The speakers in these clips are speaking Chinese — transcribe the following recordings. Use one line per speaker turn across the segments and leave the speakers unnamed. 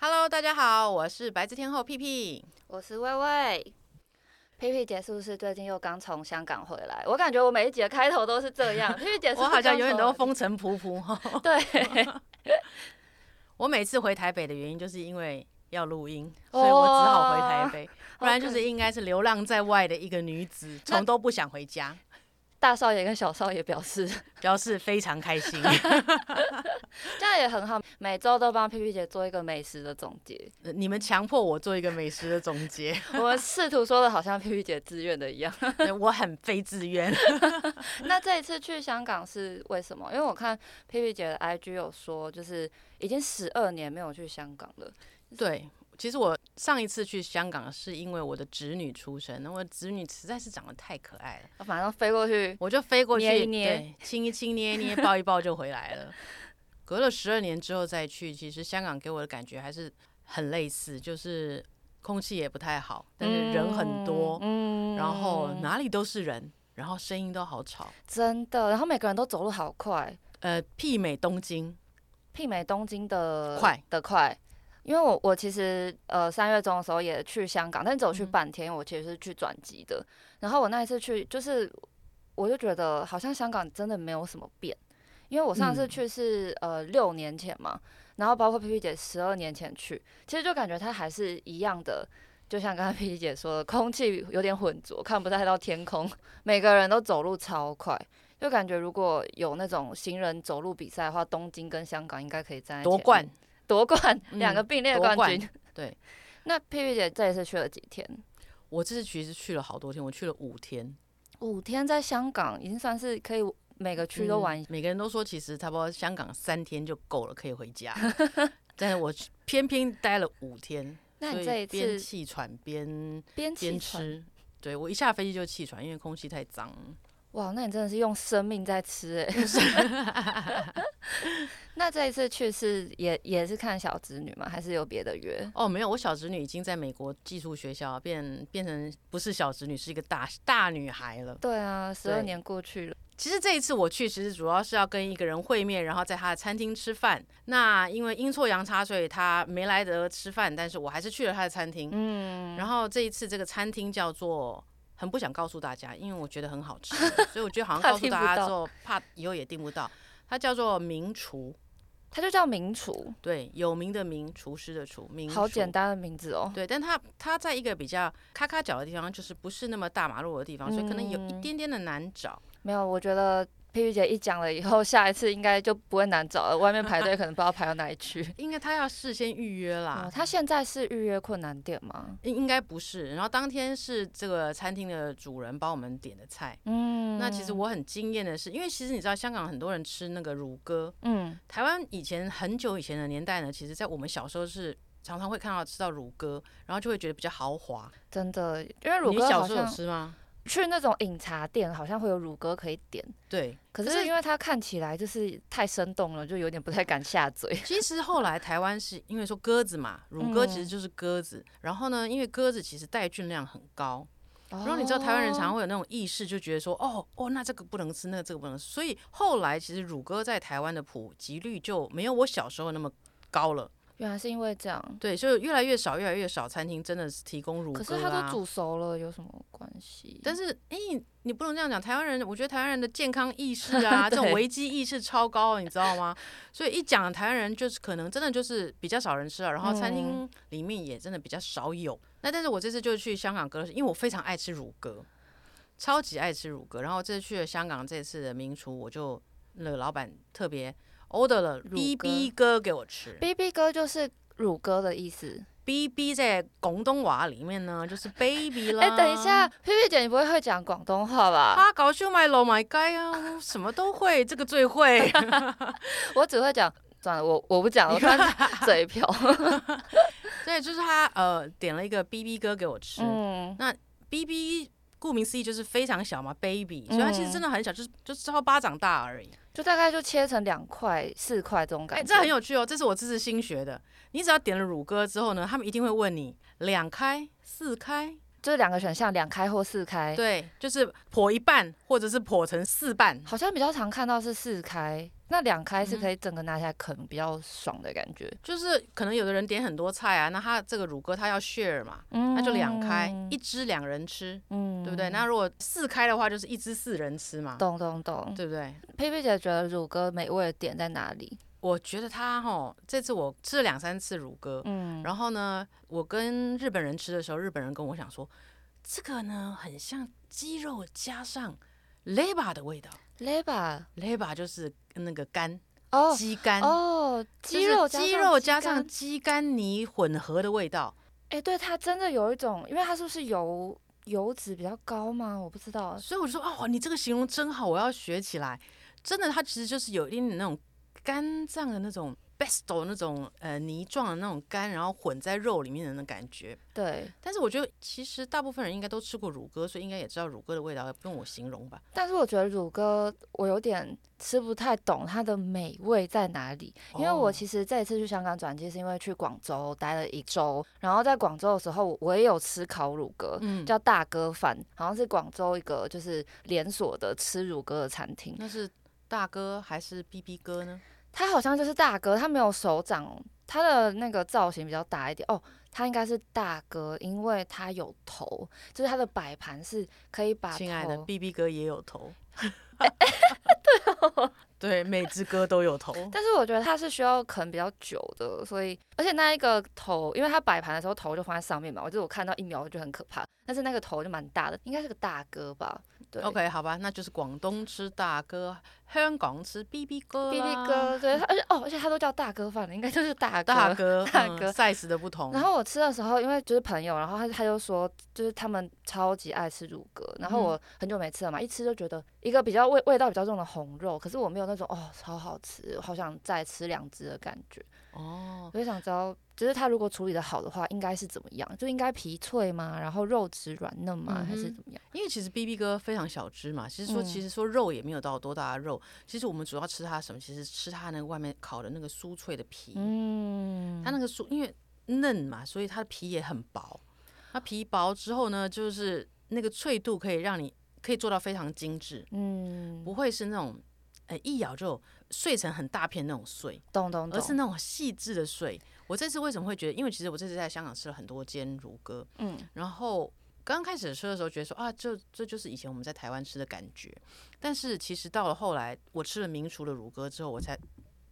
Hello，大家好，我是白字天后屁屁。
我是薇薇。皮皮姐是不是最近又刚从香港回来？我感觉我每一集的开头都是哎这 样。皮皮姐是不
我
是
好像
刚
永远
从
都风尘仆仆哈。
对，
我每次回台北的原因，就是因为要录音，
哦
所以我只好回台 北，不然就
好可
是应该是流浪在外的一个女子，
那
从都不想回家，
大少爷跟小少爷表示
表示非常开心。
这样也很好，每周都帮皮皮姐做一个美食的总 结。
你们强迫我做一个美食的总结，
我们试图说的好像皮皮姐自愿的一样。
对我很非自愿。
那这一次去香港是为什么？因为我看皮皮姐的 IG 有说，就是已经十二年没有去香港了。
对，其实我上一次去香港是因为我的侄女出生，那我的侄女实在是长得太可爱了。
马上飞过去，
我就飞过去，
捏一捏
对，亲一亲，捏一捏，抱一抱就回来了。隔了十二年之后再去，其实香港给我的感觉还是很类似，就是空气也不太好，但是人很多，
嗯
然后哪里都是人，然后声音都好吵，
真的，然后每个人都走路好快，
呃，媲美东京。
媲美东京的
快
的快。因为我我其实呃三月中的时候也去香港，但只有
嗯
去半天，因为我其实是去转机的。然后我那一次去，就是我就觉得好像香港真的没有什么变，因为我上次
嗯
去是、呃六年前嘛，然后包括 P P 姐十二年前去，其实就感觉它还是一样的，就像刚才 P P 姐说的，空气有点浑浊，看不太到天空， 每个人都走路超快。就感觉如果有那种行人走路比赛的话，东京跟香港应该可以站在
夺
前
冠
面，夺冠
嗯
两个并列
夺
冠
冠
军。
对，
那佩佩姐这一次去了几天？
我这次其实去了好多天，我去了五天，
五天在香港已经算是可以每个区都玩
嗯。每个人都说其实差不多香港三天就够了，可以回 家，但是我偏偏待了五天，
那
所
你
以
这一
边
次
气喘边
边骑
边
船，
吃。对我一下飞机就气喘，因为空气太脏。
哇，那你真的是用生命在吃哎、 那这一次去是也也是看小侄女吗？还是有别的约？
哦，没有，我小侄女已经在美国寄宿学校，变变成不是小侄女，是一个大大女孩了。
对啊，十二
对
年过去了，
其实这一次我去，其实主要是要跟一个人会面，然后在他的餐厅吃饭。那因为阴错阳差，所以他没来得吃饭，但是我还是去了他的餐厅。
嗯，
然后这一次这个餐厅叫做。很不想告诉大家，因为我觉得很 好吃，所以我觉得好像
怕
告诉
订不
大家
到
之后，怕以后也订不到。它叫做名厨，
它就叫名厨，
对，有名的名，厨师的厨，名
好简
厨。
单的名字哦。
对，但它它在一个比较咔咔角的地方，就是不是那么大马路的地方，所以可能有一
嗯
点点的难找。
没有，我觉得佩玉姐一讲了以后， 下一次应该就不会难找了。外面排队可能不知道排到哪里 去。
应该它要事先预约啦
哦，，他现在是预约困难店吗？
应应该不是。然后当天是这个餐厅的主人帮我们点的菜。
嗯
那其实，我很惊艳的是，因为其实你知道，香港很多人吃那个乳鸽，
嗯，
台湾以前很久以前的年代呢，其实在我们小时候是常常会看到吃到乳鸽，然后就会觉得比较豪华。
真的，因为乳
你
鸽
小
好
时候有
像
吃吗？
去那种饮茶店，好像会有乳鸽可以点，
对，
可
可是
是因为它看起来就是太生动了，就有点不太敢下嘴。
其实后来台湾是因为说鸽子嘛，乳鸽
嗯
其实就是鸽子，然后呢，因为鸽子其实带菌量很高，然后你知道台湾人常常
哦
会有那种意识，就觉得说，哦哦，那这个不能吃，那这个不能吃，所以后来其实乳鸽在台湾的普及率就没有我小时候那么高了，
原来是因为这样，
对，所以越来越少，越来越少餐厅真的是提供乳鸽、
可
啊，
是它都煮熟了，有什么关系？
但
是
是，哎、你不能这样讲。台湾人，我觉得台湾人的健康意识 啊，这种
对
危机意识超高，啊你知道吗？所以一讲台湾人，就是可能真的就是比较少人吃了，啊然后
嗯
餐厅里面也真的比较少有。那但是我这次就去香港哥，因为我非常爱吃乳鸽，超级爱吃乳鸽。然后这次去了香港，这次的名厨我就那个老板特别 order 了
乳鸽
B B 鸽给我吃。
B B 哥就是乳鸽的意思。
B B 在广东话里面呢，就是 baby 啦。
哎、等一下，佩佩姐，你不会会讲广东话吧？
他啊搞秀买楼买街啊，我什么都会，这个最 会。
我只会讲，算了，我我不讲了，我突然 嘴瓢。
对，就是他呃点了一个 BB 哥给我吃、
嗯，
b b 顾名思义就是非常小嘛，baby，所以它其实
嗯
真的很小，就是就是超巴掌大而已。
就大概就切成两块、四块这种
哎、
感觉。
这很有趣哦，这是我这次新学的。你只要点了乳鸽之后呢，他们一定会问你两开、四开，
就是两个选项，两开或四开。，
对，就是剖一半或者是剖成四瓣。
好像比较常看到是四开。那两开是
嗯
可以整个拿起来啃比较爽的感觉，
就是可能有的人点很多菜啊，那他这个乳鸽他要 share 嘛，
嗯
那就两开，一只两人吃，
嗯
对不对？那如果四开的话，就是一只四人吃嘛，
懂懂懂。
对不对？
佩佩姐觉得乳鸽美味的点在哪里？
我觉得他哈，这次我吃了两三次乳鸽，
嗯，
然后呢，我跟日本人吃的时候，日本人跟我讲说，这个呢很像鸡肉加上 leba 的味道
勒吧，
，leba 就是那个肝
哦
鸡肝，
哦，
就
鸡
是
肉
鸡肉加上
上鸡
鸡肝泥混合的味道，
肝，哎，对，它真的有一种，因为它是不是油油脂比较高吗？我不知道，
所以我就说哦，你这个形容真好，我要学起来。真的，它其实就是有一点点那种肝脏的那种 besto 那种呃泥状的那种肝，然后混在肉里面的那感觉。
对。
但是我觉得其实大部分人应该都吃过乳鸽，所以应该也知道乳鸽的味道，不用我形容吧？
但是我觉得乳鸽我有点吃不太懂它的美味在哪里，因为我
哦
其实这一次去香港转机是因为去广州待了一周，然后在广州的时候我也有吃烤乳鸽，
嗯，
叫大哥饭，好像是广州一个就是连锁的吃乳鸽的餐厅，
那是大哥还是 B B 哥呢？
它好像就是大哥，它没有手掌，它的那个造型比较大一点哦。它应该是大哥，因为它有头，就是它的摆盘是可以把头。
亲爱的，B B 哥也有 头。对，每只哥都有头。
但是我觉得它是需要啃比较久的，所以而且那一个头，因为它摆盘的时候头就放在上面嘛，我就我看到一秒我就很可怕，但是那个头就蛮大的，应该是个大哥吧？对
OK，好吧，那就是广东吃大哥，香港吃 B B 哥啦
哔哔哥，对，它而且哦，而且它都叫大哥饭了，应该就是大哥。
大哥，
大
嗯
哥
size 的不同。
然后我吃的时候，因为就是朋友，然后他他就说，就是他们超级爱吃乳鸽，然后
嗯
我很久没吃了嘛，一吃就觉得一个比较味味道比较重的红肉，可是我没有那种哦超好吃，我好想再吃两只的感觉。
哦，
我就想知道，就是它如果处理的好的话，应该是怎么样？就应该皮脆吗？然后肉质软嫩吗？还是
嗯哼
怎么样？
因为其实 B B 哥非常小只嘛，其实说
嗯
其实说肉也没有到多大的肉，其实我们主要吃它什么？其实吃它那个外面烤的那个酥脆的皮，
嗯，
它那个酥因为嫩嘛，所以它的皮也很薄。它皮薄之后呢，就是那个脆度可以让你可以做到非常精致，
嗯，
不会是那种呃一咬就碎成很大片那种碎。
懂懂
而是
懂，
那种细致的碎。我这次为什么会觉得？因为其实我这次在香港吃了很多间乳鸽，
嗯，
然后刚开始吃的时候觉得说啊，这这就是以前我们在台湾吃的感觉。但是其实到了后来，我吃了名厨的乳鸽之后，我才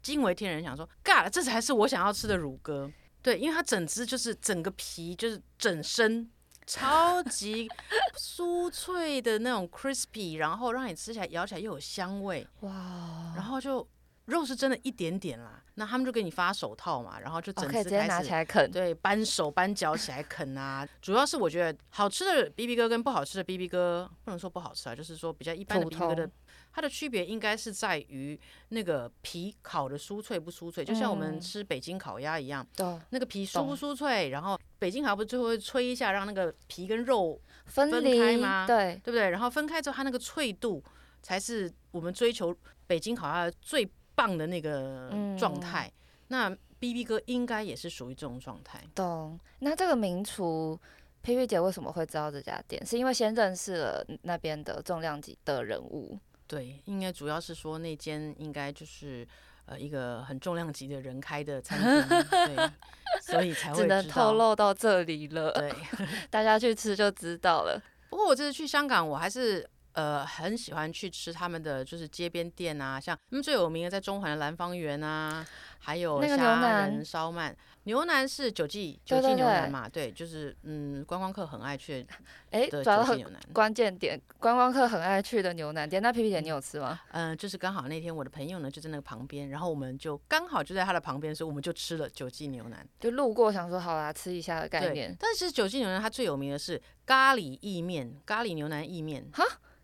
惊为天人，想说尬，这才是我想要吃的乳鸽。对，因为它整只就是整个皮，就是整身。超级酥脆的那种 crispy，然后让你吃起来咬起来又有香味，
哇，
然后就肉是真的一点点啦，那他们就给你发手套嘛，然后就
哦，
整
可以
只
直接拿
开
起
始。
来啃，
对，扳手扳脚起来啃啊，主要是我觉得好吃的 B B 哥跟不好吃的 B B 哥，不能说不好吃啊，就是说比较一般的
普
B B 哥的
通，
它的区别应该是在于那个皮烤的酥脆不酥脆，就像我们
嗯
吃北京烤鸭一样，
对，
那个皮酥不酥脆，然后北京烤鸭不是最后会吹一下，让那个皮跟肉
分
分
离
开吗
对，
对不对？然后分开之后，它那个脆度才是我们追求北京烤鸭最棒的那个
嗯
状态。那 B B 哥应该也是属于这种状态。
懂。那这个名厨。佩佩姐为什么会知道这家店？是因为先认识了那边的重量级的人物，
对，应该主要是说那间应该就是呃一个很重量级的人开的餐厅， 对，所以才会
只能
哎知
透
道。
露到这里了，
对，
大家去吃就知道了。
不过我这次去香港，我还是呃很喜欢去吃他们的就是街边店啊，像他们最有名的在中环的兰芳园啊，还有
那个牛
虾
腩
仁烧鳗。牛腩是九记
对
九记
对
牛腩
对
嘛，对，就是嗯观光客很爱去
哎，
的
抓
九
到
记牛腩。
关键点，观光客很爱去的牛腩店。那皮皮姐，你有吃吗？
嗯、就是刚好那天我的朋友呢就在那个旁边，然后我们就刚好就在他的旁边，所以我们就吃了九记牛腩。
就路过想说好啦，吃一下的概
对
念，。
但是其实九记牛腩它最有名的是咖喱意面，咖喱牛腩意面，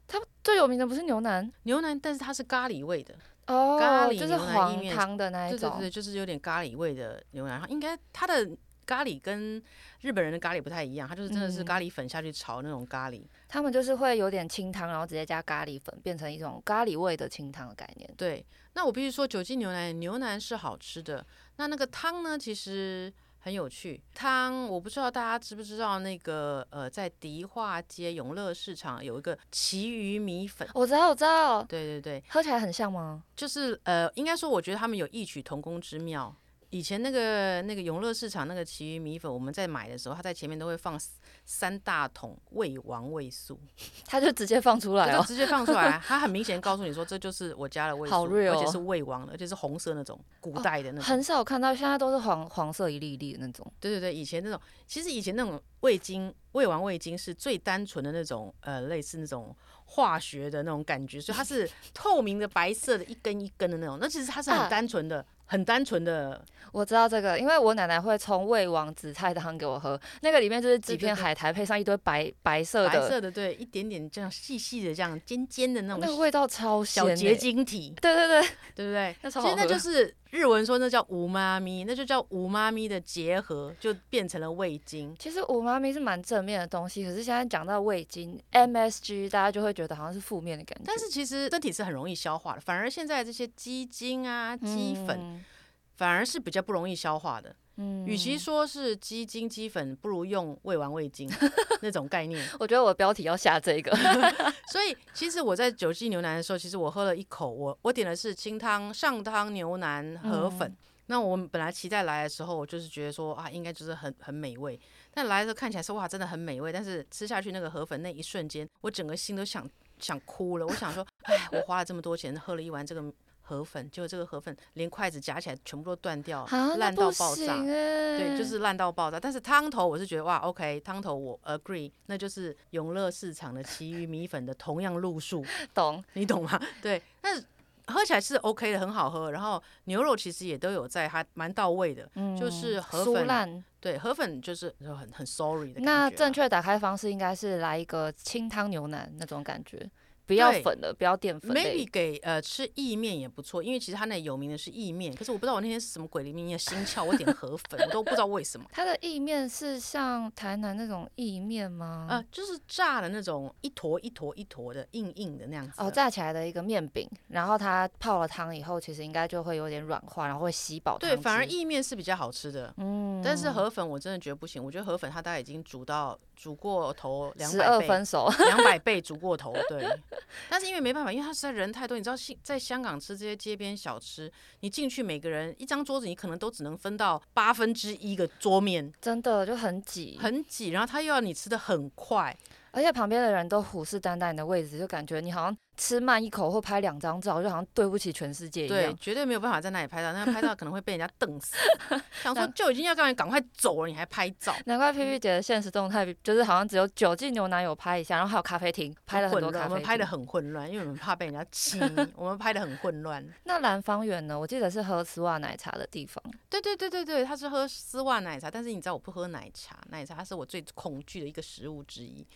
它最有名的不是牛腩
牛腩，但是它是咖喱味的。
哦，
咖喱
就是
牛腩意
黄
面
汤的那一
对对
种。
对，就是有点咖喱味的牛腩，然后应该它的咖喱跟日本人的咖喱不太一样，它就是真的是
嗯
咖喱粉下去炒那种咖喱。
他们就是会有点清汤，然后直接加咖喱粉，变成一种咖喱味的清汤的概念。
对，那我必须说九记牛腩牛腩是好吃的，那那个汤呢，其实很有趣。汤我不知道大家知不知道那个呃，在迪化街永乐市场有一个奇鱼米粉。
我知道，我知道，
对对对，
喝起来很像吗？
就是呃，应该说我觉得他们有异曲同工之妙。以前那个那个永乐市场那个奇鱼米粉，我们在买的时候，它在前面都会放三大桶味王味素，
它就直接放出来
这就
哦。
直接放出来，它很明显告诉你说这就是我加了味素，
好 real
而且
哦
是味王的，而且是红色那种古
哦
代 的那种。
很少看到，现在都是黄黄色一粒一粒的那种。
对对对，以前那种，其实以前那种味精、味丸、味精是最单纯的那种，呃，类似那种化学的那种感觉，所以它是透明的白色的，一根一根的那种。那其实它是很
啊
单纯的，很单纯的。
我知道这个，因为我奶奶会冲味王紫菜汤给我喝，那个里面就是几
对对
片
对
海苔，配上一堆白白色
白
的，
色的，对，一点点这样细细的，这样尖尖的那
那个
种
味道超鲜
小结
欸。
晶体，
对对对，
对不对？
那
其
超
实
好
那就
喝。
是日文说那叫无妈咪，那就叫无妈咪的结合，就变成了味精。
其实五妈咪是蛮正面的东西，可是现在讲到味精 MSG，大家就会觉得好像是负面的感觉。
但是其实身体是很容易消化的，反而现在这些鸡精啊、鸡粉，
嗯，
反而是比较不容易消化的。
嗯
与其说是鸡精、鸡粉，不如用味丸、味 精那种概念。
我觉得我标题要 下这个，
所以，其实我在九记牛腩的时候，其实我喝了一口，我我点的是清汤、上汤牛腩河粉。
嗯
那我们本来期待来的时候，我就是觉得说啊，应该就是很很美味。但来的时候看起来是哇，真的很美味。但是吃下去那个河粉那一瞬间，我整个心都想想哭了。我想说，哎，我花了这么多钱喝了一碗这个河粉，结果这个河粉连筷子夹起来全部都断掉
啊，，那
烂到
不
爆炸。
行
对，就
欸
是烂到爆炸。但是汤头我是觉得哇，OK，汤头我 agree，那就是永乐市场的其余米粉的同样路数，
懂
你懂吗？ 对，但是喝起来是 OK 的，很好喝。然后牛肉其实也都有在，还蛮到位的。就是河
嗯酥
粉
烂。
对，河粉就是就很很 sorry 的感觉啊、
那正确打开方式应该是来一个清汤牛腩那种感觉，不要
对
粉的，不要淀粉类
maybe。给呃吃意面也不错，因为其实它那有名的是意面，可是我不知道我那天是什么鬼灵面心窍，我点河粉，我都不知道为 什么。
它的意面是像台南那种意面吗？
呃，就是炸的那种一坨一坨一坨的硬硬的那样子的。
哦，炸起来的一个面饼，然后它泡了汤以后，其实应该就会有点软化，然后会吸饱汤
对，
汁。
反而意面是比较好吃的。
嗯
但是河粉我真的觉得不行，我觉得河粉它大概已经煮到煮过头两
十
百
二
倍，
分熟，
两百倍煮过头。对，但是因为没办法，因为它实在人太多，你知道新在香港吃这些街边小吃，你进去每个人一张桌子，你可能都只能分到八分之一个桌面，
真的就很挤，
很挤，然后他又要你吃的很快，
而且旁边的人都虎视眈眈你的位置，就感觉你好像吃慢一口或拍两张照，就好像对不起全世界一
对
样，。
绝对没有办法在那里拍照，那拍照可能会被人家瞪 死。想说
那
就已经要让你赶快走了，你还拍照。
难怪 P P 姐的现实动态就是好像只有九记牛腩有拍一下，然后还有咖啡厅拍了很多
混乱
咖
我
啡
们
厅。
拍的很混乱，因为 我们怕被人家欺，我们拍的很混乱。
那兰芳园呢？我记得是喝丝袜奶茶的地方，
对对对对对，他是喝丝袜奶茶，但是你知道我不喝奶茶，奶茶是我最恐惧的一个食物之一。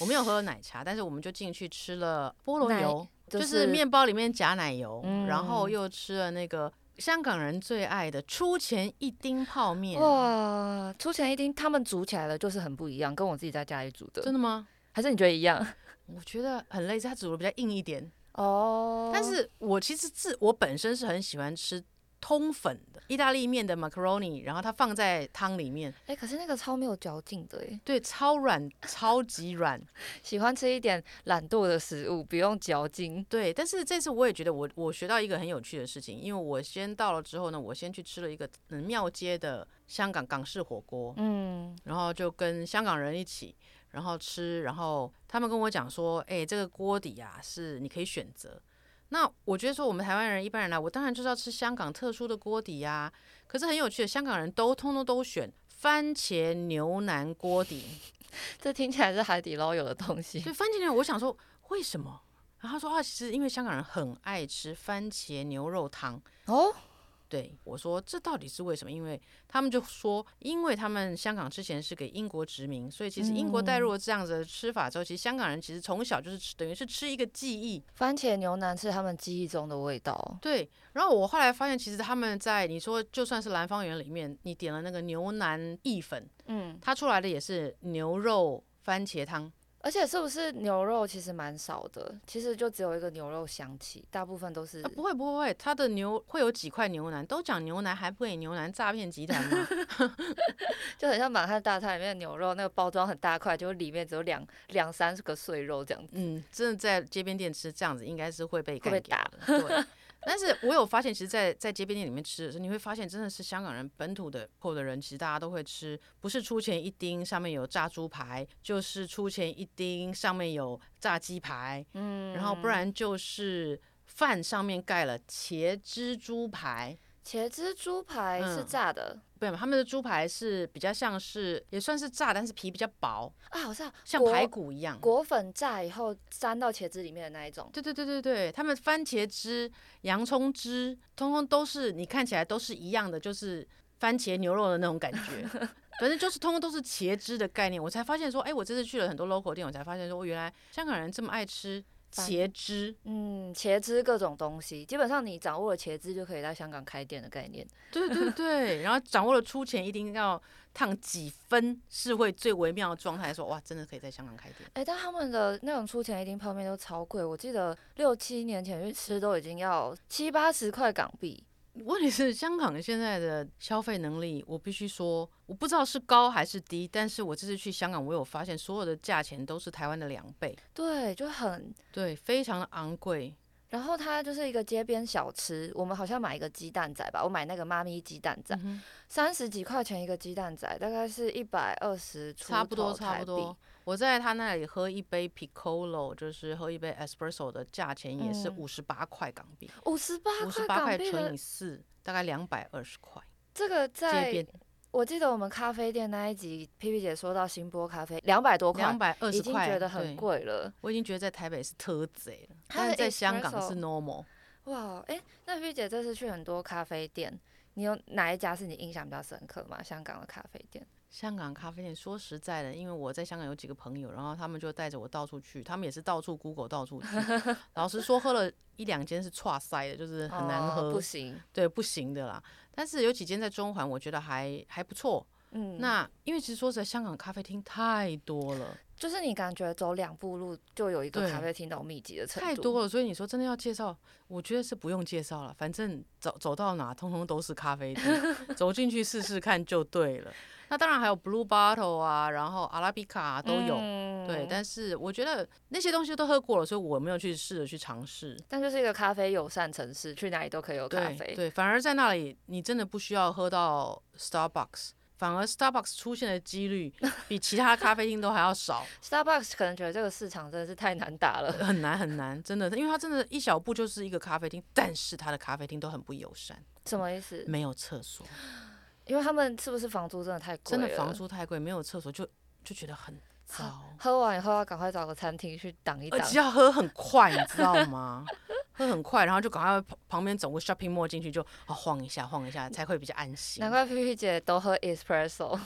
我没有喝奶茶，但是我们就进去吃了菠萝
奶
油，
就
就是面包里面夹奶油，
嗯
然后又吃了那个香港人最爱的出前一丁泡面。
哇，出前一丁他们煮起来的就是很不一样，跟我自己在家里煮的
真，哦的吗？
还是你觉得一样？
我觉得很类似，它煮的比较硬一点，
哦，
但是我其实自我本身是很喜欢吃通粉的意大利面的 macaroni，然后它放在汤里面，
哎、可是那个超没有嚼劲的哎，
对，超软，超级软，
喜欢吃一点懒惰的食物，不用嚼劲。
对。但是这次我也觉得我我学到一个很有趣的事情，因为我先到了之后呢，我先去吃了一个嗯庙街的香港港式火锅，
嗯，
然后就跟香港人一起。然后吃，然后他们跟我讲说，哎、这个锅底啊是你可以选择。那我觉得说我们台湾人一般人来，我当然就是要吃香港特殊的锅底呀、可是很有趣的，香港人都通通都选番茄牛腩锅底。
这听起来是海底捞有的东西。
对，番茄牛，我想说为什么？然后他说啊，其实因为香港人很爱吃番茄牛肉汤。
哦，
对我说这到底是为什么？因为他们就说，因为他们香港之前是给英国殖民，所以其实英国带入了这样子的吃法之后，其实香港人其实从小就是吃，等于是吃一个记忆。
番茄牛腩是他们记忆中的味道。哦
对，然后我后来发现，其实他们在你说就算是兰芳园里面，你点了那个牛腩意粉，
嗯，
它出来的也是牛肉番茄汤。
而且是不是牛肉其实蛮少的，其实就只有一个牛肉香气，大部分都是
啊，不会不会不会，它的牛会有几块牛腩，都讲牛腩还不给牛腩诈骗集团吗？
就很像满汉大餐里面的牛肉，那个包装很大块，就里面只有两两三个碎肉这样子。
嗯，真的在街边店吃这样子，应该是会被
会
干
被
掉的。对，但是我有发现，其实在，在街边店里面吃的时候，你会发现真的是香港人本土的或的人，其实大家都会吃，不是出前一丁上面有炸猪排，就是出前一丁上面有炸鸡排，
嗯，
然后不然就是饭上面盖了茄汁猪排。
茄汁猪排是
嗯
炸的、
不，他们的猪排是比较像是也算是炸，但是皮比较薄，
啊，我知道，
像
裹
排骨一样。
裹粉炸以后沾到茄子里面的那一种。
对对对对对，他们番茄汁、洋葱汁，通通都是你看起来都是一样的，就是番茄牛肉的那种感觉。反正就是通通都是茄汁的概念，我才发现说，哎、我这次去了很多 local 店，我才发现说，原来香港人这么爱吃
番
茄汁。
嗯，茄汁各种东西，基本上你掌握了茄汁就可以在香港开店的概念。
对对对，然后掌握了出钱一定要烫几分是会最微妙的状态，说哇，真的可以在香港开店。
哎、但他们的那种出前一丁泡面都超贵，我记得六七年前去吃都已经要七八十块港币。
问题是香港现在的消费能力，我必须说，我不知道是高还是低，但是我这次去香港，我有发现所有的价钱都是台湾的两倍，
对，就很
对，非常的昂贵。
然后它就是一个街边小吃，我们好像买一个鸡蛋仔吧，我买那个妈咪鸡蛋仔，
嗯哼
三十、几块钱一个鸡蛋仔，大概是一百二十出
差不多
头
差
台
不
币
多。。我在他那里喝一杯 Piccolo，就是喝一杯 Espresso 的价钱也是
嗯
五十八块港币，
五十八
五十
块
八
港
块
币
乘
的
以四，大概两百二十块。
这个
街
在
边，
我记得我们咖啡店那一集，P P 姐说到新波咖啡两百多块
两，百二
已
十
经
块，
觉得很
对。
贵了。
我已经觉得在台北是特贼了，
它的
但是在香港
espresso-
是 normal。
哇，哎、那 P P 姐这次去很多咖啡店，你有哪一家是你印象比较深刻吗？香港的咖啡店？
香港咖啡店，说实在的，因为我在香港有几个朋友，然后他们就带着我到处去，他们也是到处 Google 到处去。老实说，喝了一两间是岔塞的，就是很难
哦
喝，
不行。
对，不行的啦。但是有几间在中环，我觉得还还不错。
嗯，
那因为其实说实在，香港咖啡厅太多了，
就是你感觉走两步路就有一个
对
咖啡厅那种密集的程度，
太多了，所以你说真的要介绍，我觉得是不用介绍了，反正走走到哪，通通都是咖啡厅， 走进去试试看就对了。那当然还有 Blue Bottle 啊，然后阿拉比卡、啊、都有。
嗯
对，但是我觉得那些东西都喝过了，所以我没有去试着去尝试。
但就是一个咖啡友善城市，去哪里都可以有咖
对
啡。
对，反而在那里你真的不需要喝到 Starbucks，反而 Starbucks 出现的几率 比其他咖啡厅都还要少，
Starbucks 可能觉得这个市场真的是太难打了。
很难很难，真的，因为它真的一小步就是一个咖啡厅，但是它的咖啡厅都很不友善，
什么意思？
没有厕所，
因为他们是不是房租真的太贵
真
了？
的房租太贵，没有厕所就就觉得很糟。
喝完以后要赶快找个餐厅去挡一
而
挡。
且要喝很快，你知道吗？喝很快，然后就赶快旁旁边走个 shopping mall 进去就，啊晃一下晃一下，才会比较安心
嗯难，怪 P P 姐都喝 espresso。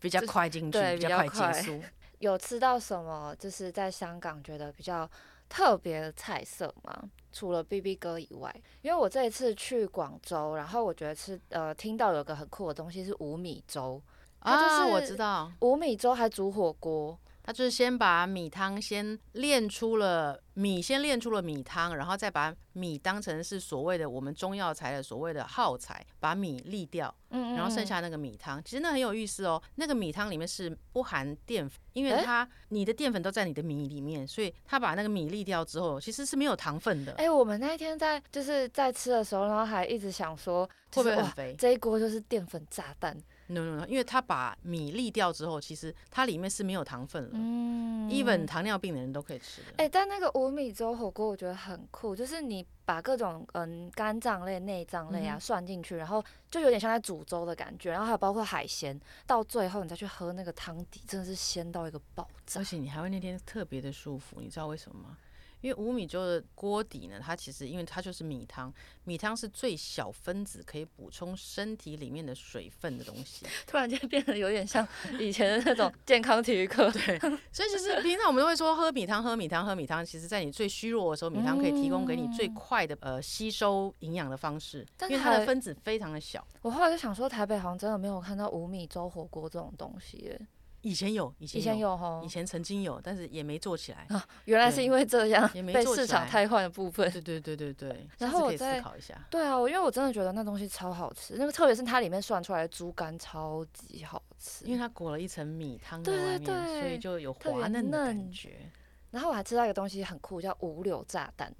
比较
就是
快进去，
对
比较
比较
快
快
结束。
有吃到什么就是在香港觉得比较特别的菜色吗？除了 B B 哥以外，因为我这一次去广州，然后我觉得吃呃听到有个很酷的东西是五米粥，它就
啊，我
是
知道，
五米粥还煮火锅，
他就是先把米汤先炼出了米，先炼出了米汤，然后再把米当成是所谓的我们中药材的所谓的耗材，把米沥掉，
嗯
然后剩下那个米汤，其实那很有意思哦。那个米汤里面是不含淀粉，因为
诶
它你的淀粉都在你的米里面，所以它把那个米沥掉之后，其实是没有糖分的，
哎、我们那一天在就是在吃的时候，然后还一直想说，
会
就
不
是
会很
哇，
肥
这一锅就是淀粉炸弹。
？No No No，因为它把米沥掉之后，其实它里面是没有糖分了
嗯
，even 糖尿病的人都可以吃的。
哎、但那个五米粥火锅我觉得很酷，就是你把各种嗯肝脏类、内脏类
嗯
啊、
哼
涮进去，然后就有点像在煮粥的感觉，然后还有包括海鲜，到最后你再去喝那个汤底，真的是鲜到一个爆炸
而。且你还会那天特别的舒服，你知道为什么吗？因为五米粥的锅底呢，它其实因为它就是米汤，米汤是最小分子可以补充身体里面的水分的东西。
突然间变得有点像以前的 那种健康体育课，
对，所以其实平常我们都会说喝米汤，喝米汤，喝米汤。其实，在你最虚弱的时候，米汤可以提供给你最快的呃吸收营养的方式，
嗯但
因为
是
它
还
的分子非常的小。
我后来就想说，台北好像真的没有看到五米粥火锅这种东西耶。
以前有，以前
以前
有，
有吼啊
以，前曾经有，但是也没做起 来。
原来是因为这样
也没
被
做
市
起
场
来
汰换的部分。
对对对对对，下
然后
次
我
可以
再
思考一下。
对啊，我因为我真的觉得那东西超好吃，那个特别是它里面涮出来的猪肝超级好吃
因。为它裹了一层米汤在
对
外面，
对
所
对
以就有
特别
滑嫩的
嫩
感觉。
然后我还吃到一个东西很酷，叫五柳炸弹，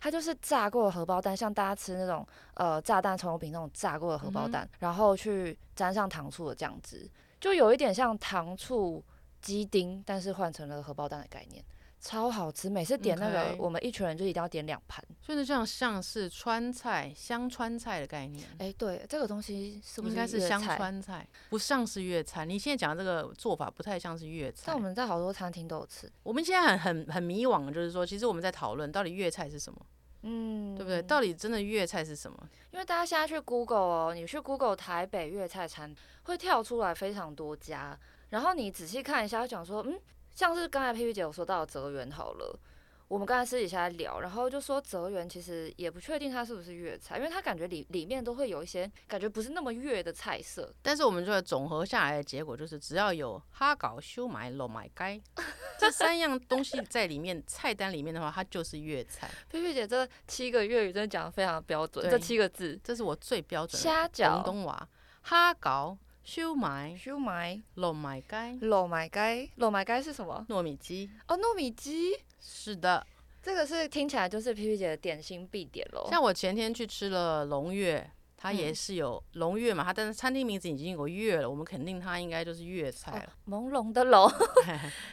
它就是炸过的荷包蛋，像大家吃那种呃炸弹葱油饼那种炸过的
嗯
荷包蛋，然后去沾上糖醋的酱汁，就有一点像糖醋鸡丁，但是换成了荷包蛋的概念，超好吃。每次点那个
OK 嗯
我们一群人就一定要点两盘。
所以呢，这样像是川菜、香川菜的概念，
哎，对，这个东西是不
应该是
粤
香
菜
川菜，不像是粤菜。你现在讲的这个做法不太像是粤菜。
但我们在好多餐厅都有吃，
我们现在很很很迷惘，就是说，其实我们在讨论到底粤菜是什么，
嗯，
对不对？到底真的粤菜是什么？
因为大家现在去 Google 哦，你去 Google 台北粤菜餐会跳出来非常多家，然后你仔细看一下，会讲说，嗯，像是刚才佩玉姐有说到的泽园好了，我们刚才私底下在聊，然后就说泽园其实也不确定它是不是粤菜，因为它感觉里里面都会有一些感觉不是那么粤的菜色，
但是我们就总合下来的结果就是，只要有哈搞、修买、肉买 该这三样东西在里面菜单里面的话，它就是粤菜。
佩玉姐这七个粤语真的讲的非常标准，
对
这七个字，
这是我最标准的
虾
广
饺、
东话。哈搞、修买、
烧麦、
肉买该、
糯米鸡、糯米鸡是什么？
糯米鸡，
哦，糯米鸡。
是的。
这个是听起来就是 P P 姐的点心必点喽。
像我前天去吃了龙月，它也
哦嗯
是有龙月嘛，它但是餐厅名字已经有个月了，我们肯定它应该就是粤
哦
菜了。
朦胧的 胧，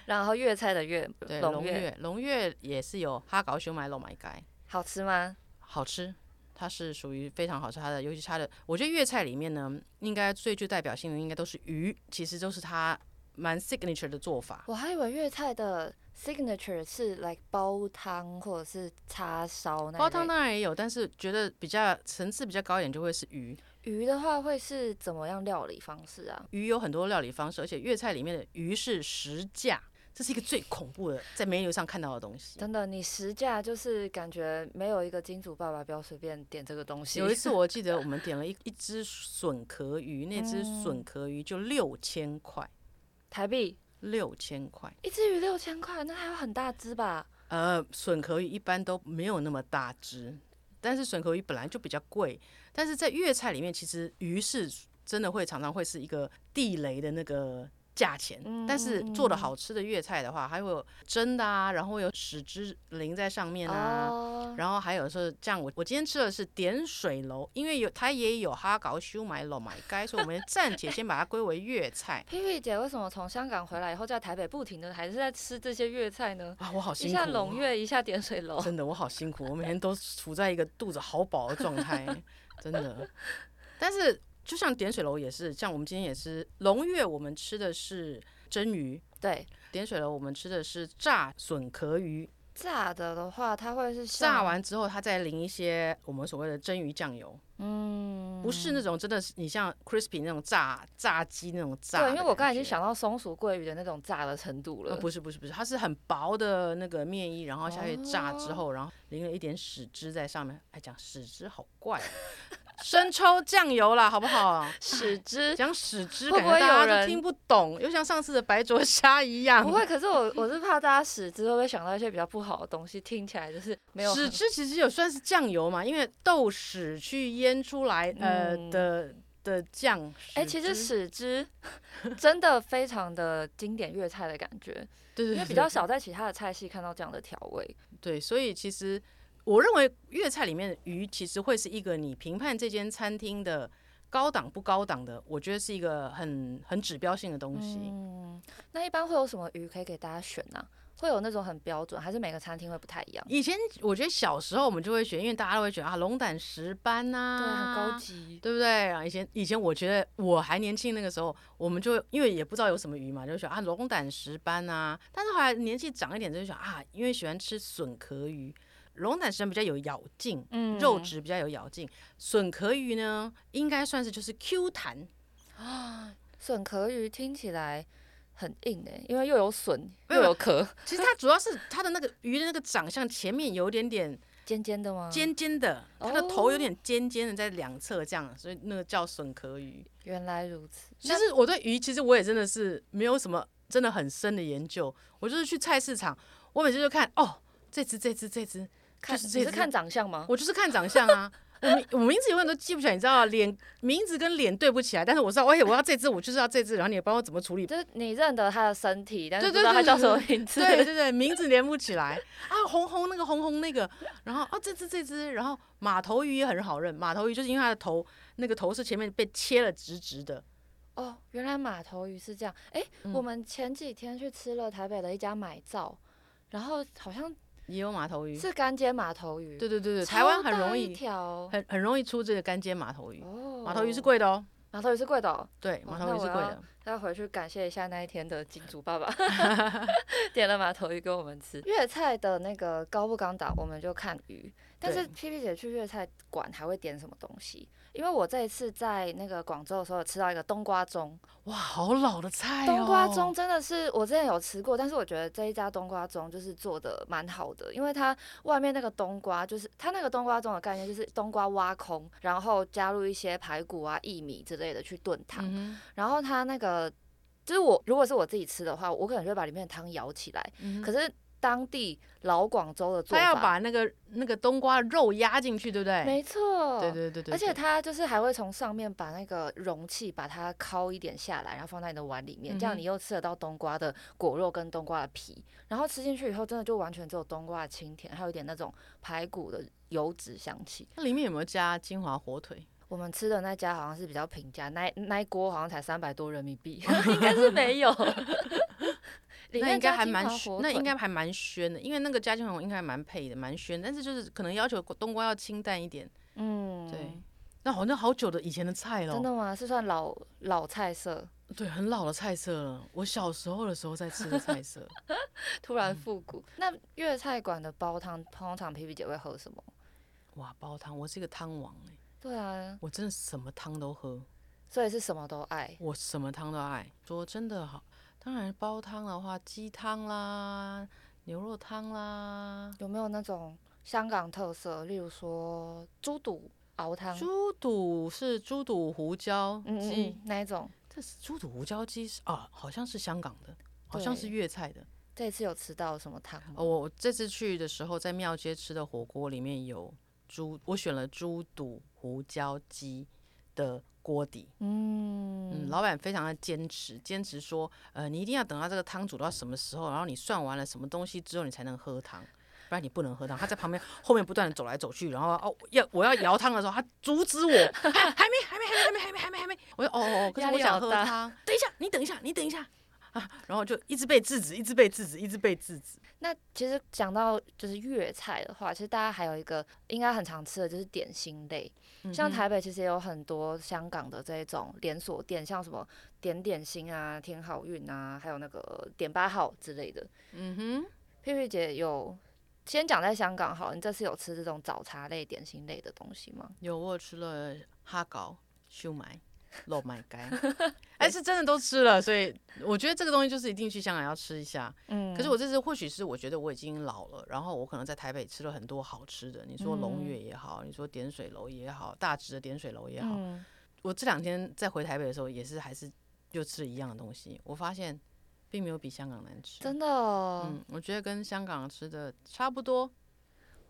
然后粤菜的粤，
对，
龙
龙月龙月也是有哈搞修买肉买该，
好吃吗？
好吃。它是属于非常好吃，它的尤其是它的，我觉得粤菜里面呢，应该最具代表性的应该都是鱼，其实都是它蛮 signature 的做法。
我还以为粤菜的 signature 是 like 煲汤或者是叉烧那一类
煲汤当然也有，但是觉得比较层次比较高一点就会是鱼。
鱼的话会是怎么样料理方式啊？
鱼有很多料理方式，而且粤菜里面的鱼是实价，这是一个最恐怖的在 menu 上看到的东西。
真的，你实价就是感觉没有一个金主爸爸不要随便点这个东西。
有一次我记得我们点了一一只笋壳鱼，那只笋壳鱼就六千块，
台币
六千块。
一只鱼六千块，那还有很大只吧？
呃，笋壳鱼一般都没有那么大只，但是笋壳鱼本来就比较贵，但是在粤菜里面，其实鱼是真的会常常会是一个地雷的那个价钱。但是做的好吃的粤菜的话，还会有蒸的啊，然后会有豉汁淋在上面啊。
哦，。
然后还有是这样，我我今天吃的是点水楼，因为有它也有哈搞修买老买该，所以我们暂且先把它归为粤菜
佩佩姐为什么从香港回来以后在台北不停的还是在吃这些粤菜呢？
啊，我好辛
一
苦、哦。
下胧月，一下点水楼。
真的，我好辛苦，我每天都处在一个肚子好饱的状态，真的。但是就像点水楼也是，像我们今天也是龙月，我们吃的是蒸鱼；
对，
点水楼我们吃的是炸笋壳鱼，
炸的的话，它会是啊像
炸，完之后它再淋一些我们所谓的蒸鱼酱油，
嗯，
不是那种真的是你像 crispy 那种炸炸鸡那种炸的感
对，因
觉。
为我刚才已经想到松鼠桂鱼的那种炸的程度
呃，
了。
不是不是不是，它是很薄的那个面衣，然后下去炸之
哦
后，然后淋了一点豉汁在上面。哎，讲豉汁好怪、啊， 生抽酱油啦，好不 好？
豉汁
讲豉汁，
会
感
不
觉
会有
大家
人
都听不懂，又像上次的白灼虾一样
不。会，可 是我我是怕大家豉汁会不会想到一些比较不好的东西，听起来就是没有
豉汁其实有算是酱油嘛，因为豆豉去腌出来呃
嗯
的的酱。
哎、其
豉
实
汁
豉汁 真的非常的经典粤菜的感觉，
对对
因为
对
比较少在其他的菜系看到这样的调味。
对，所以其实我认为粤菜里面的鱼其实会是一个你评判这间餐厅的高档不高档的，我觉得是一个很很指标性的东西。
嗯，那一般会有什么鱼可以给大家选呢、会有那种很标准，还是每个餐厅会不太一样？
以前我觉得小时候我们就会选，因为大家都会觉得啊龙胆石斑呐、
对，很
啊，
高，级。
对不对？啊，以前以前我觉得我还年轻那个时候，我们就因为也不知道有什么鱼嘛，就想啊龙胆石斑啊。但是后来年纪长一点，就想啊，因为喜欢吃笋壳鱼，龙胆石斑比较有咬劲，
嗯
肉质比较有咬劲。笋壳鱼呢，应该算是就是 Q 弹，
笋壳鱼听起来很硬诶、因为又有笋
没
又
有
有壳，
其实它主要是它的那个鱼的那个长相，前面有点点
尖尖的 吗？。
尖尖的，它的头有点尖尖的在两侧这样，所以那个叫笋壳鱼。
原来如此。
其实我对鱼，其实我也真的是没有什么真的很深的研究。我就是去菜市场，我每次就看哦，这只这只这只，
看
就是
你
这
是
只
看长相吗？
我就是看长相啊。我名我名字永远都记不起来，你知道啊，脸名字跟脸对不起来，但是我知道，哎、我要这只，我就是要这只，然后你也帮我怎么处理。
就是你认得他的身体，但是
对
不
对
知道他
对
叫
对
什么名 字。
对对对，名字连不起来啊，红红那个红红那个，然后啊这只这只，然后马头鱼也很好认，马头鱼就是因为它的头那个头是前面被切了直直的，
哦，原来马头鱼是这样。哎、
嗯
我们前几天去吃了台北的一家买灶，然后好像
也有马头鱼。
是干煎马头鱼。
对对对对，
超
台湾很
大
容
一
易
条。
很很容易出这个干煎马头鱼，
哦
马头鱼是，贵的哦，
马头鱼是贵的、哦。
对，
哦
马头鱼是贵的。
要回去感谢一下那一天的金主爸 爸，点了马头鱼给我们吃。粤菜的那个高不高档，我们就看鱼。但是 P P 姐去粤菜馆还会点什么东西？因为我这一次在那个广州的时候有吃到一个冬瓜盅，
哇，好老的菜哦，
冬瓜盅真的是我之前有吃过，但是我觉得这一家冬瓜盅就是做的蛮好的，因为它外面那个冬瓜就是它那个冬瓜盅的概念就是冬瓜挖空，然后加入一些排骨啊、薏米之类的去炖汤，
嗯
然后它那个就是我如果是我自己吃的话，我可能就会把里面的汤舀起来，
哼，嗯
可
哼
是当地老广州的做
他要
法，
把那个那个冬瓜肉压进去，对不对？
没错，
对对对对，
而且
对
它就是还会从上面把那个容器把它敲一点下来，然后放在你的碗里面，这样
嗯哼
你又吃得到冬瓜的果肉跟冬瓜的皮，然后吃进去以后，真的就完全只有冬瓜的清甜，还有一点那种排骨的油脂香气。
那里面有没有加金华火腿？
我们吃的那家好像是比较平价，那一那一锅好像才三百多人民 币，应该是没有。 里
那
面
应该
加
还
金
蛮
华
熏
火
那
腿
应该还蛮鲜的，因为那个加金华火腿应该还蛮配的，蛮鲜。但是就是可能要求冬瓜要清淡一点。
嗯
对，那好像好久的以前的菜
真
了，
的吗？是算老老菜色，
对，很老的菜色了。我小时候的时候在吃的菜色，
突然复古。嗯那粤菜馆的煲汤，通常皮皮姐会喝什么？
哇，煲汤，我是一个汤王哎、
对啊，
我真的什么汤都喝，
所以是什么都爱。
我什么汤都爱。说真的好，当然煲汤的话，鸡汤啦，牛肉汤啦，
有没有那种香港特色，例如说猪肚熬汤？
猪肚是猪肚胡椒
嗯嗯
鸡，
嗯，那一种，
这是猪肚胡椒鸡是啊，好像是香港的，好像是
对
粤菜的。
这次有吃到什么汤吗？
哦，我这次去的时候，在庙街吃的火锅里面有猪，我选了猪肚胡椒鸡的锅底。嗯，
嗯，
老板非常的坚持，坚持说，呃，你一定要等到这个汤煮到什么时候，然后你算完了什么东西之后，你才能喝汤，不然你不能喝汤。他在旁边后面不断的走来走去，然后哦，要我要舀汤的时候，他阻止我，还还没还没还没还没还没还没还没，我就哦 哦，哦可是
压
我
力
想
好
喝
大
汤，等一下，你等一下，你等一下啊，然后就一直被制止，一直被制止，一直被制止。
那其实讲到就是粤菜的话，其实大家还有一个应该很常吃的就是点心类，
嗯
像台北其实也有很多香港的这种连锁店，像什么点点心啊、天好运啊，还有那个点八号之类的。
嗯哼。
佩佩姐有先讲在香港好了，你这次有吃这种早茶类、点心类的东西吗？
有，我有吃了哈糕、秀麦、 肉麦 干，哎，是真的都吃了，所以我觉得这个东西就是一定去香港要吃一下。
嗯
可是我这次或许是我觉得我已经老了，然后我可能在台北吃了很多好吃的，你说
嗯
龙月也好，你说点水楼也好，大直的点水楼也好，
嗯，
我这两天在回台北的时候也是还是又吃了一样的东西，我发现并没有比香港难吃。
真的、哦
嗯，我觉得跟香港吃的差不多。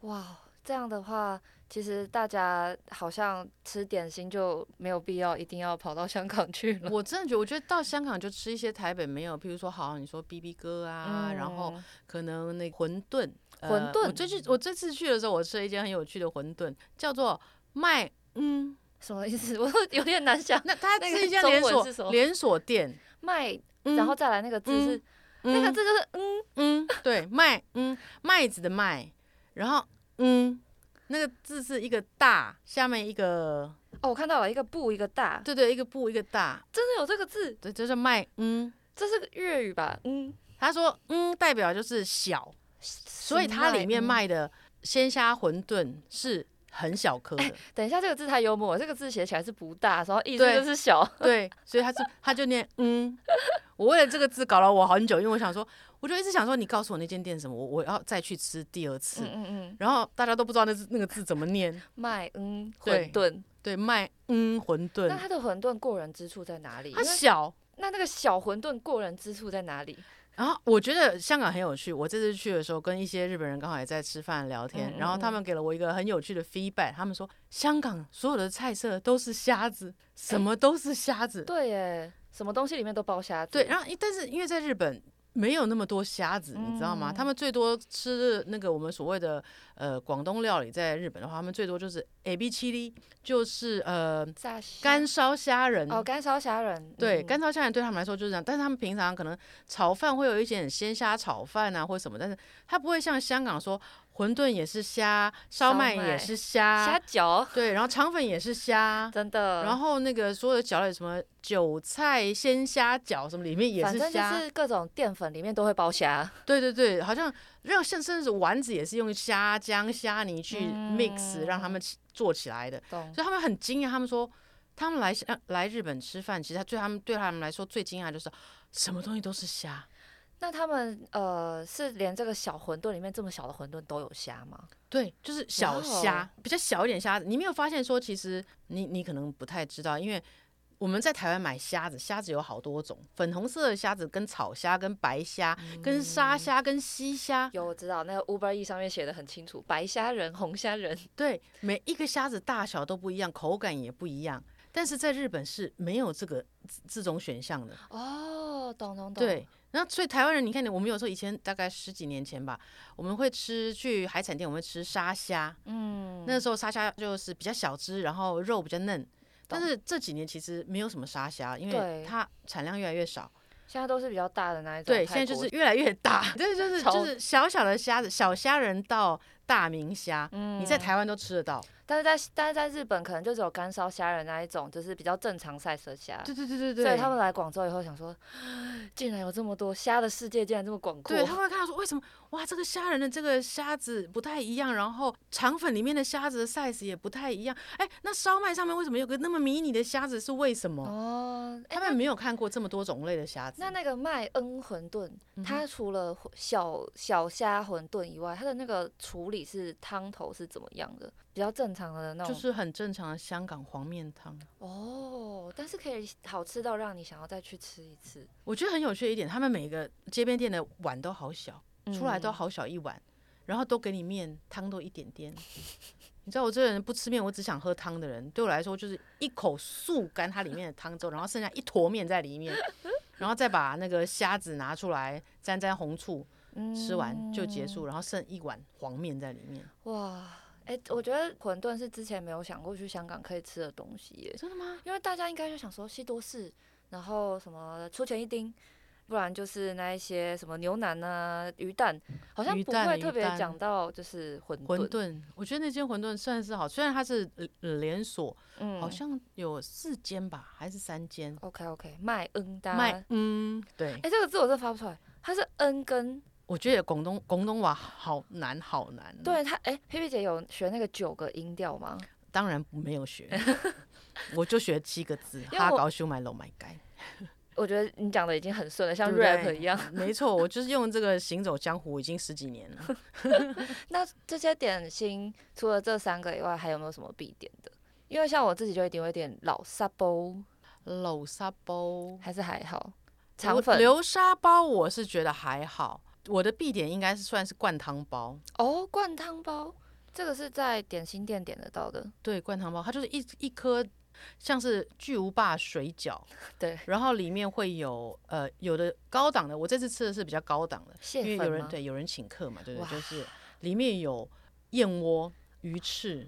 哇，这样的话，其实大家好像吃点心就没有必要一定要跑到香港去 了。
我真的觉得，我觉得到香港就吃一些台北没有，譬如说，好，你说 B B 哥啊，
嗯
然后可能那馄饨，呃
馄饨
我这次我这次去的时候，我吃了一间很有趣的馄饨，叫做麦嗯，
什么意思？ 我有点难想。
那它
那个
是一家
中
连
文
锁
是什么
连锁 店，
麦，
嗯、
然后再来那个字是、那个
嗯
字就是嗯，
嗯对麦嗯麦子的麦，然后嗯那个字是一个大，下面一个
哦，我看到了一个不一个大，
对对一个不一个大，
真的有这个字，
对，就是麦嗯。
这是个粤语吧？嗯，
他说嗯代表就是小。所以它里面
麦。嗯
卖的鲜虾馄饨是很小颗的，
嗯等一下，这个字太幽默了，这个字写起来是不大，然后意思
对
就是小。
对，所以它是它就念嗯。我为了这个字搞了我很久，因为我想说，我就一直想说，你告诉我那间店什么，我我要再去吃第二次。
嗯嗯嗯，
然后大家都不知道那字那个字怎么念，
麦嗯
对
馄饨，
对，卖嗯馄饨
那，它的馄饨过人之处在哪里？因
它
为
小，
那那个小馄饨过人之处在哪里？
然后我觉得香港很有趣，我这次去的时候跟一些日本人刚好也在吃饭聊天，
嗯嗯
然后他们给了我一个很有趣的 feedback，他们说香港所有的菜色都是虾子，
哎
什么都是虾子。
对耶，什么东西里面都包虾子。
对，然后但是因为在日本没有那么多虾子，你知道吗？他
嗯
们最多吃的那个我们所谓的呃广东料理，在日本的话，他们最多就是哎 A B 七 D，就是呃
炸虾
干烧虾仁。
哦，干烧虾仁。
对，
嗯
干烧虾仁对他们来说就是这样，但是他们平常可能炒饭会有一点鲜虾炒饭啊，或什么，但是它不会像香港说馄饨也是虾，烧
烧
麦也
麦
是虾，
虾饺，
对，然后肠粉也是虾，
真的。
然后那个所有的饺类什么韭菜鲜虾饺什么里面也
反
是
正就
虾，
是各种淀粉里面都会包虾。
对对对，好像让甚甚至丸子也是用虾浆、虾泥去 mix、让他们起做起来的，
懂？
所以他们很惊讶，他们说他们来香来日本吃饭，其实他对他们对他们来说最惊讶就是什么东西都是虾。
那他们呃是连这个小馄饨里面这么小的馄饨都有虾吗？
对，就是小虾
哇
比较小一点虾子。你没有发现说，其实你你可能不太知道，因为我们在台湾买虾子，虾子有好多种，粉红色的虾子、跟草虾、跟白虾、跟沙虾、跟西虾，
有，我知道那个 Uber E 上面写的很清楚，白虾仁、红虾仁，
对，每一个虾子大小都不一样，口感也不一样。但是在日本是没有这个这这种选项的。
哦，懂懂懂，，
对，那所以台湾人，你看，我们有时候以前大概十几年前吧，我们会吃去海产店，我们会吃沙虾。
嗯，
那时候沙虾就是比较小只，然后肉比较嫩。但是这几年其实没有什么沙虾，因为
对
它产量越来越少。
现在都是比较大的那一种，
对，现在就是，越来越大。 对，就是就
超
是小小的虾子，小虾仁到大明虾，
嗯
你在，台湾都吃得到。
但是在但是在日本可能就只有干烧虾仁那一种，就是比较正常 size 的虾，
对对对对对。
所以他们来广州以后想说， 竟然有这么多虾的世界，竟然这么广阔，
对，他们会看到说为什么哇，这个虾仁的这个虾子不太一样，然后肠粉里面的虾子的 size 也不太一样。哎，那烧麦上面为什么有个那么迷你的虾子？是为什么？
哦，哎
他们没有看过这么多种类的虾子。
那那个麦恩馄饨，
嗯哼
它除了混小小虾馄饨以外，它的那个处理是汤头是怎么样的？比较正常的那
就
种、
是很正常的香港黄面汤。
哦，但是可以好吃到让你想要再去吃一次，
我觉得很有趣的一点，他们每个街边店的碗都好小，出来都
嗯。
好小一碗，然后都给你面，汤都一点点。 你知道我这个人不吃面，我只想喝汤的人，对我来说就是一口速干它里面的汤之后，然后剩下一坨面在里面，然后再把那个虾子拿出来沾沾红醋，
嗯
吃完就结束，然后剩一碗黄面在里面。
哇，哎、我觉得馄饨是之前没有想过去香港可以吃的东西耶，
真的吗？
因为大家应该就想说西多士，然后什么出前一丁。不然就是那一些什么牛腩啊、鱼蛋，好像
鱼
不
蛋
会
鱼
特别
蛋
讲到就是馄
馄
饨，
饨，我觉得那间馄饨算是好，虽然它是呃连锁，
嗯
好像有四间吧，还是三间。
OK OK，麦恩达。
卖
哎、
嗯，对，
这个字我真的发不出来，它是恩跟
我觉得广东广东话好难好难哦。
对它。哎、佩佩姐有学那个九个音调吗？
当然没有 学，我就学七个字：
为
哈
我
高修买楼买盖。
我觉得你讲的已经很顺了，像
对不对
rap 一样。
没错，我就是用这个行走江湖已经十几年了。
那这些点心除了这三个以外，还有没有什么必点的？因为像我自己就一定会点老沙包，
漏沙包、
还是还好。
我
肠粉
流沙包，我是觉得还好。我的必点应该是算是灌汤包，
哦，灌汤包，这个是在点心店点得到的。
对，灌汤包，它就是一一颗像是巨无霸水 饺，
对，
然后里面会有呃有的高档的，我这次吃的是比较高档的，
蟹
因为有
粉
人
吗？
对有人请客嘛，对不对？
哇
就是里面有燕窝、鱼翅、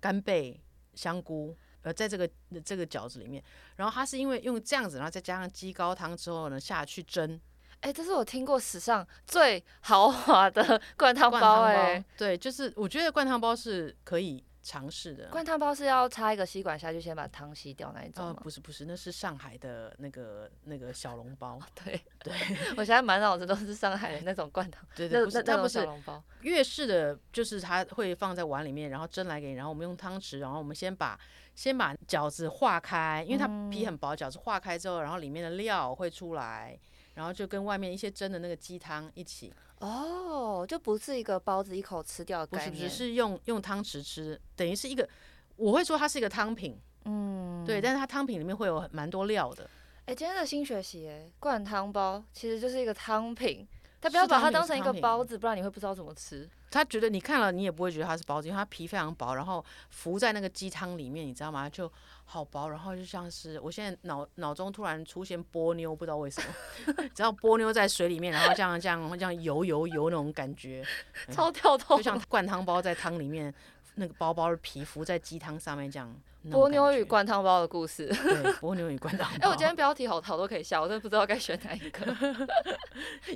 干贝、香菇，呃，在这个这个饺子里面，然后它是因为用这样子，然后再加上鸡高汤之后呢，下去蒸
哎、这是我听过史上最豪华的 灌汤
灌
包、
汤
哎
包，。对，就是我觉得灌汤包是可以尝试的。
灌汤包是要插一个吸管下去，先把汤吸掉那一种
呃，
吗？
不是不是，那是上海的那个那个小笼包，
哦对
对，
我现在满脑子都是上海的那种灌汤，
对
那
对，不
那
是，它
那
不
种小
是
笼包。
粤式的就是它会放在碗里面，然后蒸来给你，然后我们用汤匙，然后我们先把先把饺子化开，因为它皮很薄，饺子化开之后，然后里面的料会出来，然后就跟外面一些蒸的那个鸡汤一起，
哦，就不是一个包子一口吃掉的
不
概
是不
念，
是是用用汤匙吃，等于是一个，我会说它是一个汤品，
嗯，
对，但是它汤品里面会有很蛮多料的，
哎、今天的新学习、哎，灌汤包其实就是一个汤品，但不要把它当成一个
是汤品是汤品
包子，不然你会不知道怎么吃。
他觉得你看了，你也不会觉得它是包子，因为它皮非常薄，然后浮在那个鸡汤里面，你知道吗？就好薄，然后就像是我现在脑脑中突然出现波妞，不知道为什么，只要波妞在水里面，然后这样这样这样游游游那种感觉，嗯
超跳
就
痛。
像灌汤包在汤里面，那个包包的皮浮在鸡汤上面这样。那种
波妞
感
与
觉
灌汤包的故事。
对波妞与灌汤
哎、
包，
我今天标题好好多可以下，我真的不知道该选哪一个。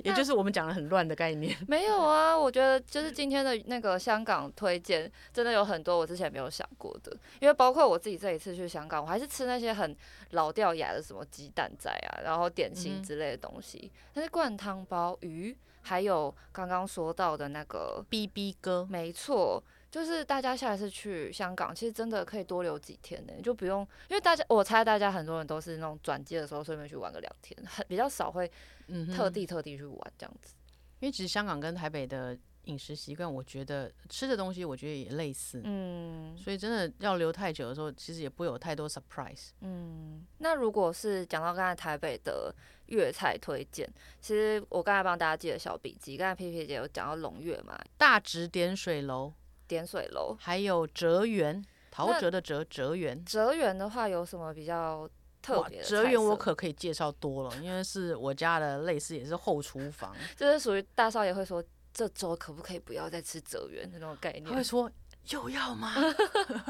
也就是我们讲的很乱的概念。
没有啊，我觉得就是今天的那个香港推荐，真的有很多我之前没有想过的。因为包括我自己这一次去香港，我还是吃那些很老掉牙的什么鸡蛋仔啊，然后点
嗯
心
哼
之类的东西。但是灌汤包、鱼，还有刚刚说到的那个
B B 哥，
没错，就是大家下一次去香港，其实真的可以多留几天呢、就不用，因为大家我猜大家很多人都是那种转机的时候顺便去玩个两天，很比较少会
嗯哼，
特地特地去玩这样子。
因为其实香港跟台北的饮食习惯，我觉得吃的东西我觉得也类似，
嗯
所以真的要留太久的时候，其实也不会有太多 surprise。
嗯，那如果是讲到刚才台北的粤菜推荐，其实我刚才帮大家记了小笔记，刚才皮皮姐有讲到龙月嘛，
大直点水楼，
点水楼。
还有哲园，陶
那
喆的哲哲园。
哲园的话有什么比较特
哇
别，的菜色？
哲园我可可以介绍多了，因为是我家的类似也是后厨 房，
就是属于大少爷会说，这周可不可以不要再吃哲园的那种概
他会
念？
说又要 吗？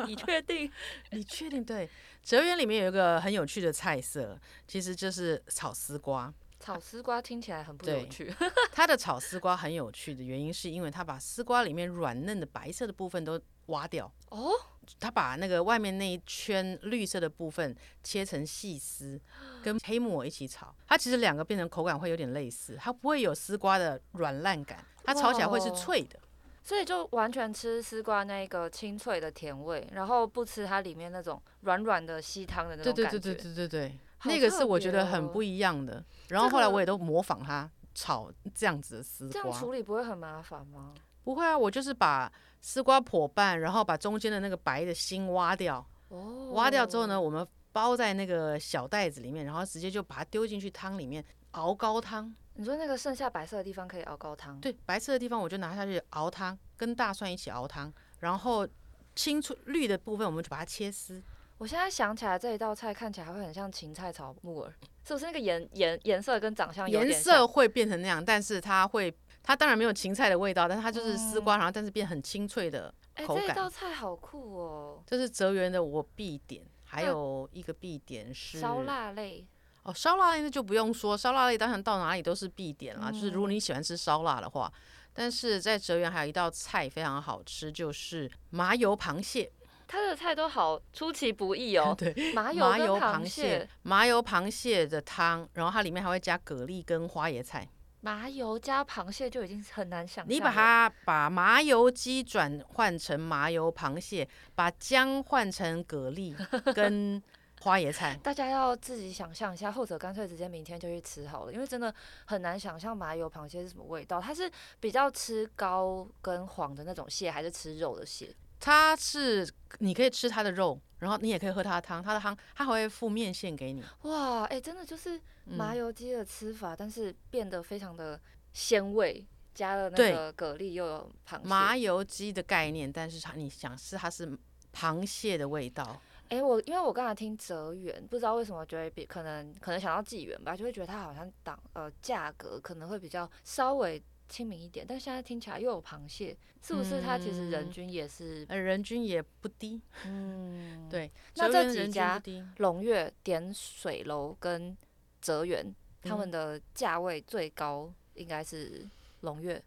你确定？
你确定？对，哲园里面有一个很有趣的菜色，其实就是炒丝瓜。
炒丝瓜听起来很不有
对
趣。
它的炒丝瓜很有趣的原因，是因为它把丝瓜里面软嫩的白色的部分都挖掉，
哦，
它把那个外面那一圈绿色的部分切成细丝，跟黑木耳一起炒。它其实两个变成口感会有点类似，它不会有丝瓜的软烂感，它炒起来会是
哇哦
脆的。
所以就完全吃丝瓜那个清脆的甜味，然后不吃它里面那种软软的稀汤的那
对
种
对
感觉。
对对对对对，
好
那个是
特
我
别
觉得
哦
很不一样的。然后
这
后来
个
我也都模仿它炒这样子的丝
这样
瓜。
处理不会很麻烦吗？
不会啊，我就是把丝瓜破半，然后把中间的那个白的心挖掉。
哦，
挖掉之后呢，我们包在那个小袋子里面，然后直接就把它丢进去汤里面熬高汤。
你说那个剩下白色的地方可以熬高汤，
对，白色的地方我就拿下去熬汤，跟大蒜一起熬汤，然后青出绿的部分我们就把它切丝。
我现在想起来这一道菜看起来会很像芹菜炒木耳，是不是那个颜颜颜色跟长相有
颜
点像
色会变成那样，但是它会，它当然没有芹菜的味道，但是它就是丝瓜，然后但是变很清脆的
嗯哎、
口
这一
感。
道菜好酷哦，
这是泽园的我必点，还
那
有一个必点是
烧腊类。
哦，烧腊类那就不用说，烧腊类当然到哪里都是必点啦。就是
嗯
如果你喜欢吃烧腊的话，但是在哲园还有一道菜非常好吃，就是麻油螃蟹。，
他的菜都好出其不意 哦
对，
麻油
麻
跟
油
螃
螃
蟹
蟹，，麻油螃蟹的汤，然后它里面还会加蛤蜊跟花椰菜。
麻油加螃蟹就已经很难想象了。
你把它把麻油鸡转换成麻油螃蟹，把姜换成蛤蜊跟花椰菜。
大家要自己想象一下，或者干脆直接明天就去吃好了，因为真的很难想象麻油螃蟹是什么味道。它是比较吃膏跟黄的那种蟹，还是吃肉的蟹？
它是你可以吃它的肉，然后你也可以喝它的汤，它的汤它还会附面线给你。
哇，哎、真的就是麻
嗯
油鸡的吃法，但是变得非常的鲜味，加了那
对
个蛤蜊又有螃蟹。
麻油鸡的概念，但是它你想是它是螃蟹的味道，
哎、我因为我刚才听哲远，不知道为什么觉得比可能可能想到纪元吧，就会觉得它好像档呃价格可能会比较稍微亲民一点，但现在听起来又有螃蟹，是不是它其实人
嗯
均也是
呃，人均也不低。
嗯
对，
那
哲
这
源
几
人均
家
不低，
龙月点水楼跟哲园他们
嗯
的价位最高应该是龙月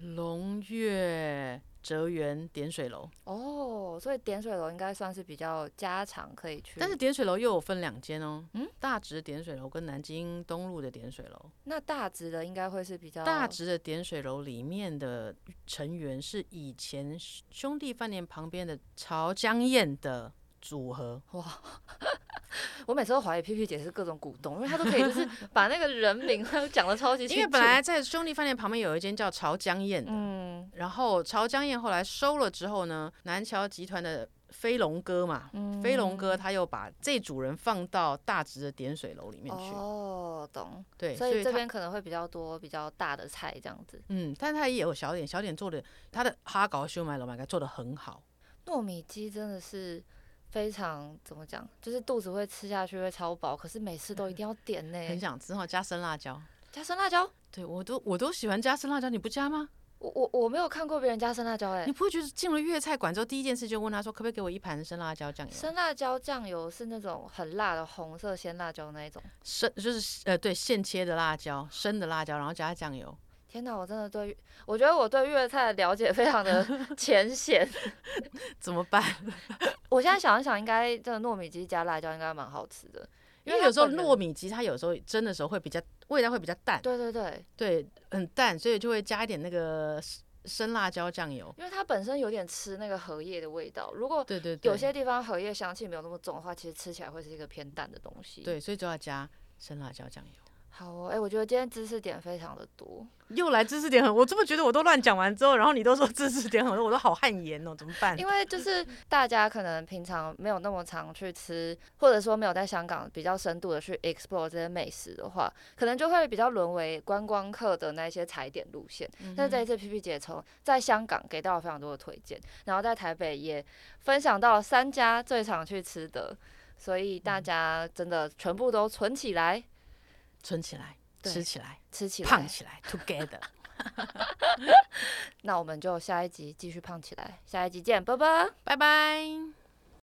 龙月、哲源、点水楼，
哦，所以点水楼应该算是比较家常可以去，
但是点水楼又有分两间哦，
嗯
嗯，大直点水楼跟南京东路的点水楼。
那大直的应该会是比较
大直的点水楼里面的成员是以前兄弟饭店旁边的潮江宴的组合，
我每次都怀疑 P P 姐是各种股东，因为她都可以就是 把那个人名都讲的超级清
因
楚。
为本来在兄弟饭店旁边有一间叫潮江宴的。
嗯，
然后潮江宴后来收了之后呢，南侨集团的飞龙哥嘛，
嗯
飞龙哥他又把这组人放到大直的点水楼里面去，
哦，懂。
对，
所
所
以这
他
边可能会比较多比较大的菜这样子，
嗯，但他也有小点，小点做的他的哈搞修买老买该做的很好，
糯米鸡真的是。非常怎么讲，就是肚子会吃下去会超饱，可是每次都一定要点呢、
嗯很想吃哈，哦加生辣椒。
加生辣椒，
对我都我都喜欢加生辣椒，你不加吗？
我我我没有看过别人加生辣椒哎、
你不会觉得进了粤菜馆之后，第一件事就问他说，可不可以给我一盘生辣椒酱油？
生辣椒酱油是那种很辣的红色鲜辣椒那一种。
生就是呃对现切的辣椒，生的辣椒，然后加酱油。
天哪，我真的对，我觉得我对粤菜的了解非常的 浅显。
怎么办？
我现在想一想，应该这个糯米鸡加辣椒应该蛮好吃的，
因为有时候
它本人
糯米鸡它有时候蒸的时候会比较味道会比较淡，
对对对，
对，很淡，所以就会加一点那个生生辣椒酱油。
因为它本身有点吃那个荷叶的味道。如果
对对对，
有些地方荷叶香气没有那么重的话，其实吃起来会是一个偏淡的东西。，
对，所以就要加生辣椒酱油。
好哦，哎、我觉得今天知识点非常的多。
又来知识点很，我这么觉得我都乱讲完之后，然后你都说知识点很多，我都好汗颜哦，怎么办？
因 为就是大家可能平常没有那么常去吃，或者说没有在香港比较深度的去 explore 这些美食的话，可能就会比较沦为观光客的那一些踩点路线。
嗯
但是这一次 P P 姐从在香港给到了非常多的推荐，然后在台北也分享到了三家最常去吃的，所以
嗯
大家真的全部都存起来，
存起来，
对
吃起来，
吃起
胖
来。
起来，together。
那我们就下一集继续胖起来，下一集见，拜拜。
拜拜。